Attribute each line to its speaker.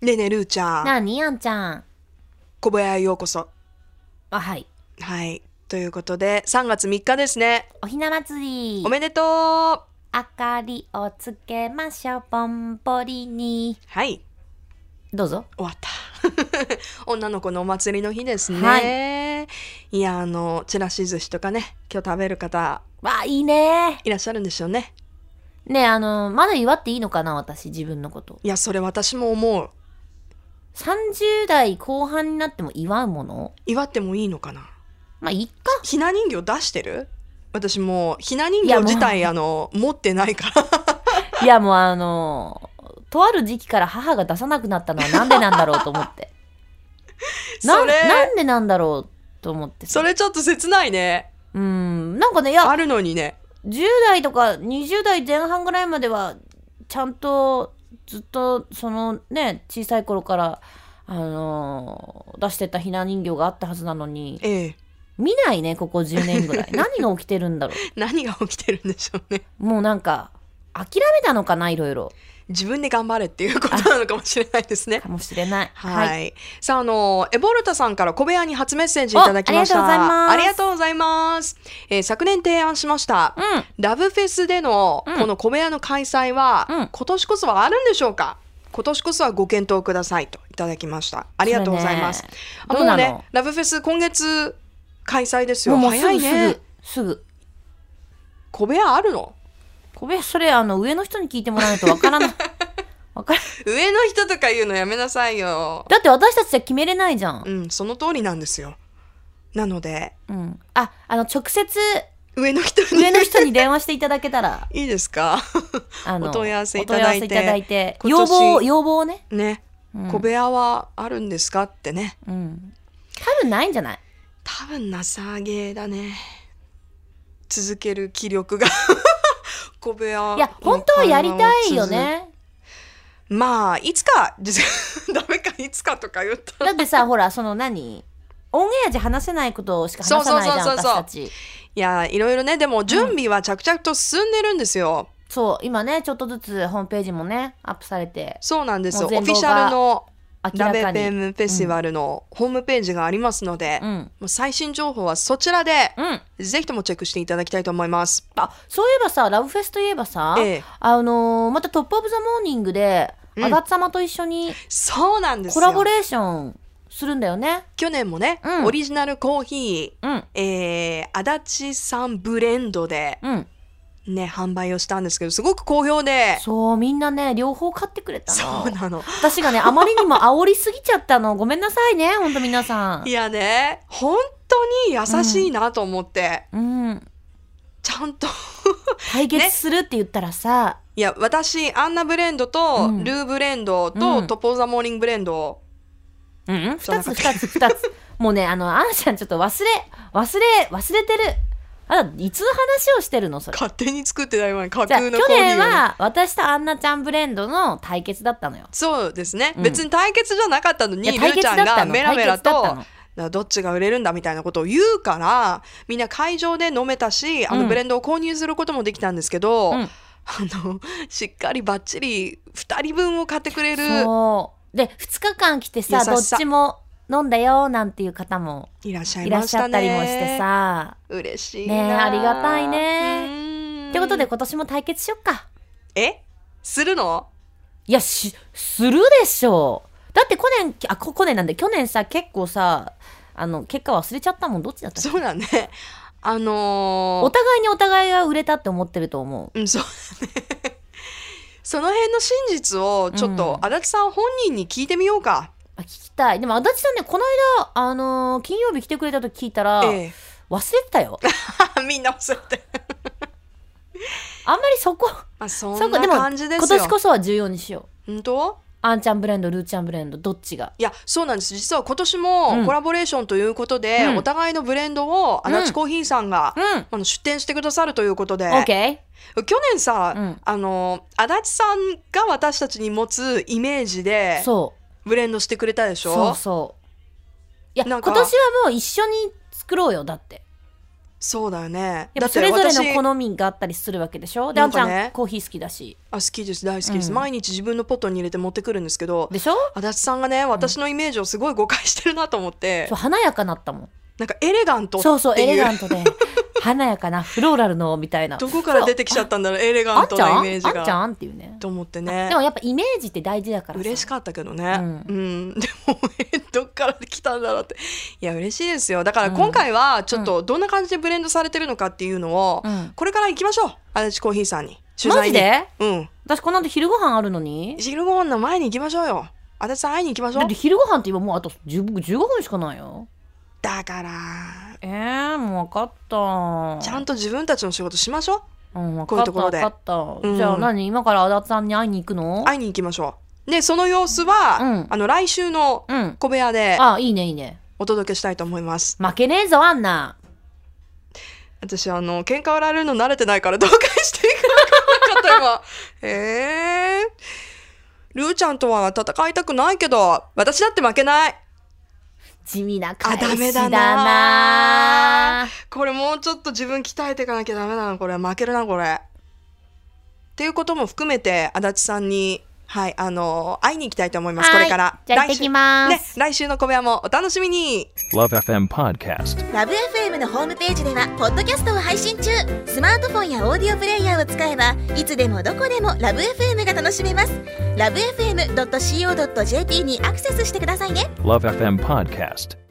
Speaker 1: ねえねえルーちゃん
Speaker 2: なあにあんちゃん
Speaker 1: 小部屋へようこそ
Speaker 2: あはい
Speaker 1: はいということで3月3日ですね
Speaker 2: おひな祭り
Speaker 1: おめでとう
Speaker 2: 明かりをつけましょうぼんぼりに
Speaker 1: はい
Speaker 2: どうぞ
Speaker 1: 終わった 女の子のお祭りの日ですね、、
Speaker 2: はい
Speaker 1: やあのちらし寿司とかね今日食べる方
Speaker 2: わあいいね
Speaker 1: いらっしゃるんでしょうね
Speaker 2: ねえあのまだ祝っていいのかな私自分のこと
Speaker 1: いやそれ私も思う
Speaker 2: 30代後半になっても祝うもの
Speaker 1: 祝ってもいいのかな
Speaker 2: まあいっか
Speaker 1: ひな人形出してる私もうひな人
Speaker 2: いや
Speaker 1: 形
Speaker 2: もう
Speaker 1: 自体あの持ってないから
Speaker 2: いやもうあのとある時期から母が出さなくなったのはなんでなんだろうと思って な
Speaker 1: そ
Speaker 2: ん
Speaker 1: れ
Speaker 2: なんでなんだろうと思ってさ
Speaker 1: それちょっと切ないね
Speaker 2: うんなんかねいや
Speaker 1: あるのにね
Speaker 2: 10代とか20代前半ぐらいまではちゃんとずっとそのね小さい頃から、あのー出してたひな人形があったはずなのに
Speaker 1: ええ
Speaker 2: 見ないねここ10年ぐら い何が起きてるんだろ
Speaker 1: 何が起きてるんでしょうね
Speaker 2: うもうなんか諦めたのかないろいろ
Speaker 1: 自分で頑張れっていうことなのかもしれないですね
Speaker 2: かもしれない
Speaker 1: はい、さああのエボルタさんから小部屋に初メッセージいただきました
Speaker 2: おありが
Speaker 1: とうございますえー昨年提案しました、
Speaker 2: うん
Speaker 1: ラブフェスでの
Speaker 2: うん
Speaker 1: この小部屋の開催は、
Speaker 2: うん
Speaker 1: 今年こそはあるんでしょうか今年こそはご検討くださいといただきましたありがとうございます、
Speaker 2: それね
Speaker 1: あ
Speaker 2: どう
Speaker 1: もう
Speaker 2: なの
Speaker 1: ねラブフェス今月開催です
Speaker 2: も
Speaker 1: よ
Speaker 2: うもうす
Speaker 1: 早い
Speaker 2: ぐす
Speaker 1: ね
Speaker 2: ぐすぐ
Speaker 1: 小部屋あるの
Speaker 2: 小林それあの上の人に聞いてもらわないとわからない わから
Speaker 1: 上の人とか言うのやめなさいよ
Speaker 2: だって私たちじゃ決めれないじゃん、
Speaker 1: うんその通りなんですよなので
Speaker 2: うん、ああの直接
Speaker 1: 上の人に
Speaker 2: 上の人に電話していただけたら
Speaker 1: いいですか
Speaker 2: あの
Speaker 1: お問い合わせいただいて
Speaker 2: お問合わせいただいて
Speaker 1: 今
Speaker 2: 要
Speaker 1: 年
Speaker 2: 望要望をね、
Speaker 1: ね、
Speaker 2: うん
Speaker 1: 小部屋はあるんですかってね
Speaker 2: うん、多分ないんじゃない
Speaker 1: 多分なさげだね続ける気力が 小部屋
Speaker 2: いや本当はやりたいよね
Speaker 1: まあいつか ダメかいつかとか言った
Speaker 2: だっ てさほらその何オンエアじゃ話せないことしか話さないじゃん
Speaker 1: そうそうそうそう
Speaker 2: 私たち
Speaker 1: いやいろいろねでも準備は着々と進んでるんですよ、
Speaker 2: そう今ねちょっとずつホームページもねアップされて
Speaker 1: そうなんですよオフ
Speaker 2: もう全
Speaker 1: ィ
Speaker 2: 貌
Speaker 1: シ
Speaker 2: が
Speaker 1: ャルの
Speaker 2: 明
Speaker 1: ラ
Speaker 2: ら
Speaker 1: ベ
Speaker 2: か
Speaker 1: ペ
Speaker 2: に
Speaker 1: ムフェスティバルのホームページがありますので、
Speaker 2: う
Speaker 1: も
Speaker 2: ん
Speaker 1: う最新情報はそちらで、
Speaker 2: うん
Speaker 1: ぜひともチェックしていただきたいと思います
Speaker 2: あそういえばさラブフェスといえばさ、
Speaker 1: ええ
Speaker 2: あのーまた「トップ・オブ・ザ・モーニングで」
Speaker 1: うん
Speaker 2: あだっ様と一緒に
Speaker 1: そうなんです
Speaker 2: コ
Speaker 1: よ
Speaker 2: ラボレーションするんだよね
Speaker 1: 去年もね、
Speaker 2: うん
Speaker 1: オリジナルコーヒ
Speaker 2: うん
Speaker 1: ー、えー、足立さんブレンドで
Speaker 2: うん
Speaker 1: ね、販売をしたんですけど、すごく好評で。
Speaker 2: そうみんなね両方買ってくれたの
Speaker 1: そうなの。
Speaker 2: 私がねあまりにも煽りすぎちゃったのごめんなさいねほんと皆さん
Speaker 1: いやね、本当に優しいなと思って、
Speaker 2: うん
Speaker 1: ちゃんと。
Speaker 2: 対決するって言ったらさ、
Speaker 1: いや、私、アンナブレンドと、
Speaker 2: うん
Speaker 1: ルーブレンドと、
Speaker 2: うん
Speaker 1: トポーザモーニングブレンドを、
Speaker 2: うん
Speaker 1: そう
Speaker 2: 二つ二つ二つもうねあのあんちゃんちょっと忘れ忘れ忘れてるあらいつの話をしてるのそれ
Speaker 1: 勝手に作ってた今、架
Speaker 2: じゃあ
Speaker 1: 空
Speaker 2: 去
Speaker 1: のコーヒーをね
Speaker 2: 年は私とアンナちゃんブレンドの対決だったのよ
Speaker 1: そうですね、
Speaker 2: うん
Speaker 1: 別に対決じゃなかったのに
Speaker 2: いや
Speaker 1: りゅ
Speaker 2: 対
Speaker 1: うち
Speaker 2: 決
Speaker 1: ゃん
Speaker 2: だった
Speaker 1: が
Speaker 2: の
Speaker 1: メラメラと
Speaker 2: 対決だったの
Speaker 1: だからどっちが売れるんだみたいなことを言うからみんな会場で飲めたしあ
Speaker 2: う
Speaker 1: の
Speaker 2: ん
Speaker 1: ブレンドを購入することもできたんですけど、
Speaker 2: うん
Speaker 1: あのしっかりばっちり2人分を買ってくれる
Speaker 2: そうで2日間来て
Speaker 1: 優
Speaker 2: さど
Speaker 1: し
Speaker 2: っ
Speaker 1: さ
Speaker 2: ちも飲んだよなんていう方も
Speaker 1: いらっしゃい
Speaker 2: いら
Speaker 1: ま
Speaker 2: っ
Speaker 1: し
Speaker 2: しゃ
Speaker 1: た
Speaker 2: った
Speaker 1: ね
Speaker 2: りもしてさ
Speaker 1: 嬉しいな
Speaker 2: ねえありがたいね
Speaker 1: ね
Speaker 2: ってことで今年も対決しよっか
Speaker 1: えするの
Speaker 2: いやしするでしょうだって去年あこ去年なんで去年さ結構さあの結果忘れちゃったもんどっちだったっけ
Speaker 1: そうだねあのー
Speaker 2: お互いにお互いが売れたって思ってると思
Speaker 1: うん、そうだね。 その辺の真実をちょっと
Speaker 2: う
Speaker 1: 足立さん本人に聞いてみようか。
Speaker 2: うあ聞きたいでも足立さんねこの間あのー金曜日来てくれた時聞いたら、
Speaker 1: え
Speaker 2: 忘れて たよ
Speaker 1: え、みんな忘れて。
Speaker 2: あんまりそこ
Speaker 1: まあそ
Speaker 2: そ
Speaker 1: ん
Speaker 2: こ
Speaker 1: な
Speaker 2: でも
Speaker 1: 感じです
Speaker 2: 今
Speaker 1: よ。
Speaker 2: 年こそは重要にしよう
Speaker 1: 本当
Speaker 2: あんちゃんブレンドルーちゃんブレンドどっちが
Speaker 1: いやそうなんです実は今年
Speaker 2: う
Speaker 1: も
Speaker 2: ん
Speaker 1: コラボレーションということで、
Speaker 2: うん
Speaker 1: お互いのブレンドを足立コーヒーさんが、
Speaker 2: うん
Speaker 1: あの出店してくださるということで、
Speaker 2: オッケ
Speaker 1: 去年さ、
Speaker 2: うん
Speaker 1: あの足立さんが私たちに持つイメージ
Speaker 2: ー
Speaker 1: で
Speaker 2: そう
Speaker 1: ブレンドしてくれたでしょ
Speaker 2: そうそういや
Speaker 1: な
Speaker 2: 今
Speaker 1: んか
Speaker 2: 年はもう一緒に作ろうよだって
Speaker 1: そうだよね
Speaker 2: やっぱそれぞれの好みがあったりするわけでしょで、あんちゃ
Speaker 1: なんかね
Speaker 2: んコーヒー好きだし。
Speaker 1: あ好きです大好きです、
Speaker 2: うん
Speaker 1: 毎日自分のポットに入れて持ってくるんですけど
Speaker 2: でしょ
Speaker 1: 足立さんがね私のイメージをすごい誤解してるなと思って、
Speaker 2: そう華やかなったもん。
Speaker 1: なんかエレガントっていう
Speaker 2: そうそう、エレガントで。 華やかな、フローラルの、みたい な。
Speaker 1: どこから出てきちゃったんだろうエレガ
Speaker 2: あ
Speaker 1: ン
Speaker 2: ん
Speaker 1: ト
Speaker 2: ちゃん
Speaker 1: な
Speaker 2: あ
Speaker 1: イメー
Speaker 2: ん
Speaker 1: ジ
Speaker 2: ち
Speaker 1: が
Speaker 2: ゃんっていうね。
Speaker 1: と思ってね
Speaker 2: でもやっぱイメージって大事だからさ。
Speaker 1: 嬉しかったけどね、う
Speaker 2: うんん
Speaker 1: でもえどっから来たんだろうっていや嬉しいですよだから今回はちょっとどんな感じでブレンドされてるのかっていうのを、
Speaker 2: うん
Speaker 1: これから行きましょう足立コーヒーさんに取
Speaker 2: マ
Speaker 1: 材
Speaker 2: ジ
Speaker 1: に
Speaker 2: で
Speaker 1: うん
Speaker 2: 私この後昼ご飯あるのに
Speaker 1: 昼ご飯の前に行きましょうよ足立さん会いに行きましょ
Speaker 2: だ
Speaker 1: う
Speaker 2: って昼ご飯って今もうあと10 15分しかないよ。
Speaker 1: だから
Speaker 2: えー、もう分かった。
Speaker 1: ちゃんと自分たちの仕事しましょ
Speaker 2: うん、分
Speaker 1: こういう
Speaker 2: か
Speaker 1: と
Speaker 2: った
Speaker 1: ころで
Speaker 2: 分かった。
Speaker 1: うん
Speaker 2: じゃあ何今から足立さんに会いに行くの
Speaker 1: う会いに行きましょうでその様子は、
Speaker 2: うん
Speaker 1: あの来週の
Speaker 2: うん。
Speaker 1: 小部屋で
Speaker 2: あ、いいねいいね。
Speaker 1: お届けしたいと思います
Speaker 2: 負けねえぞ、あんな。
Speaker 1: 私あの喧嘩売られるの慣れてないからどう返していいか分かんなかった今 えー、ルーちゃんとは戦いたくないけど私だって負けない
Speaker 2: 地味な返し
Speaker 1: あダメだ
Speaker 2: だ
Speaker 1: な
Speaker 2: な
Speaker 1: これもうちょっと自分鍛えていかなきゃダメだなこれ負けるなこれっていうことも含めて足立さんにはいあの会いに行きたいと思いますこれから
Speaker 2: はいじゃあ行ってきま
Speaker 1: 来
Speaker 2: す
Speaker 1: 週ね来週の小部屋もお楽しみに
Speaker 3: Love FM Podcast.
Speaker 4: ラブ f m のホームページではポッドキャストを配信中スマートフォンやオーディオプレイヤーを使えばいつでもどこでもラブ f m が楽しめますラブ FM.co.jp にアクセスしてくださいね
Speaker 3: Love FM Podcast.